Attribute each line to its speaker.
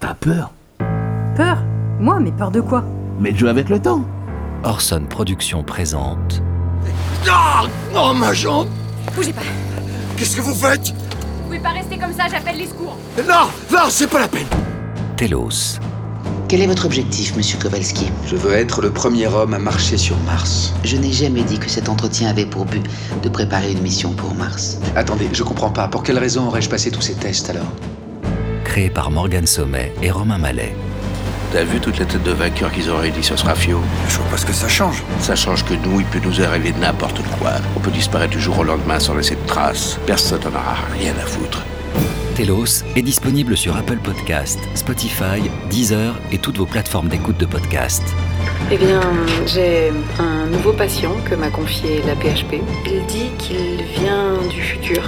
Speaker 1: T'as peur
Speaker 2: Peur Moi, mais peur de quoi
Speaker 1: Mais joue avec le temps.
Speaker 3: Orson Productions présente
Speaker 4: Ah Oh, ma jambe
Speaker 5: Bougez pas.
Speaker 4: Qu'est-ce que vous faites
Speaker 5: Vous pouvez pas rester comme ça, j'appelle les secours.
Speaker 4: Non Non, c'est pas la peine
Speaker 3: Telos,
Speaker 6: Quel est votre objectif, monsieur Kowalski
Speaker 7: Je veux être le premier homme à marcher sur Mars.
Speaker 6: Je n'ai jamais dit que cet entretien avait pour but de préparer une mission pour Mars.
Speaker 7: Attendez, je comprends pas. Pour quelle raison aurais-je passé tous ces tests alors
Speaker 3: créé par Morgan Sommet et Romain Mallet.
Speaker 8: T'as vu toute la tête de vainqueur qu'ils ont réunis sur ce rafio
Speaker 4: Je vois pas ce que ça change.
Speaker 8: Ça change que nous, il peut nous arriver n'importe quoi. On peut disparaître du jour au lendemain sans laisser de traces. Personne n'en aura rien à foutre.
Speaker 3: Telos est disponible sur Apple Podcast, Spotify, Deezer et toutes vos plateformes d'écoute de podcasts.
Speaker 9: Eh bien, j'ai un nouveau patient que m'a confié la PHP. Il dit qu'il vient du futur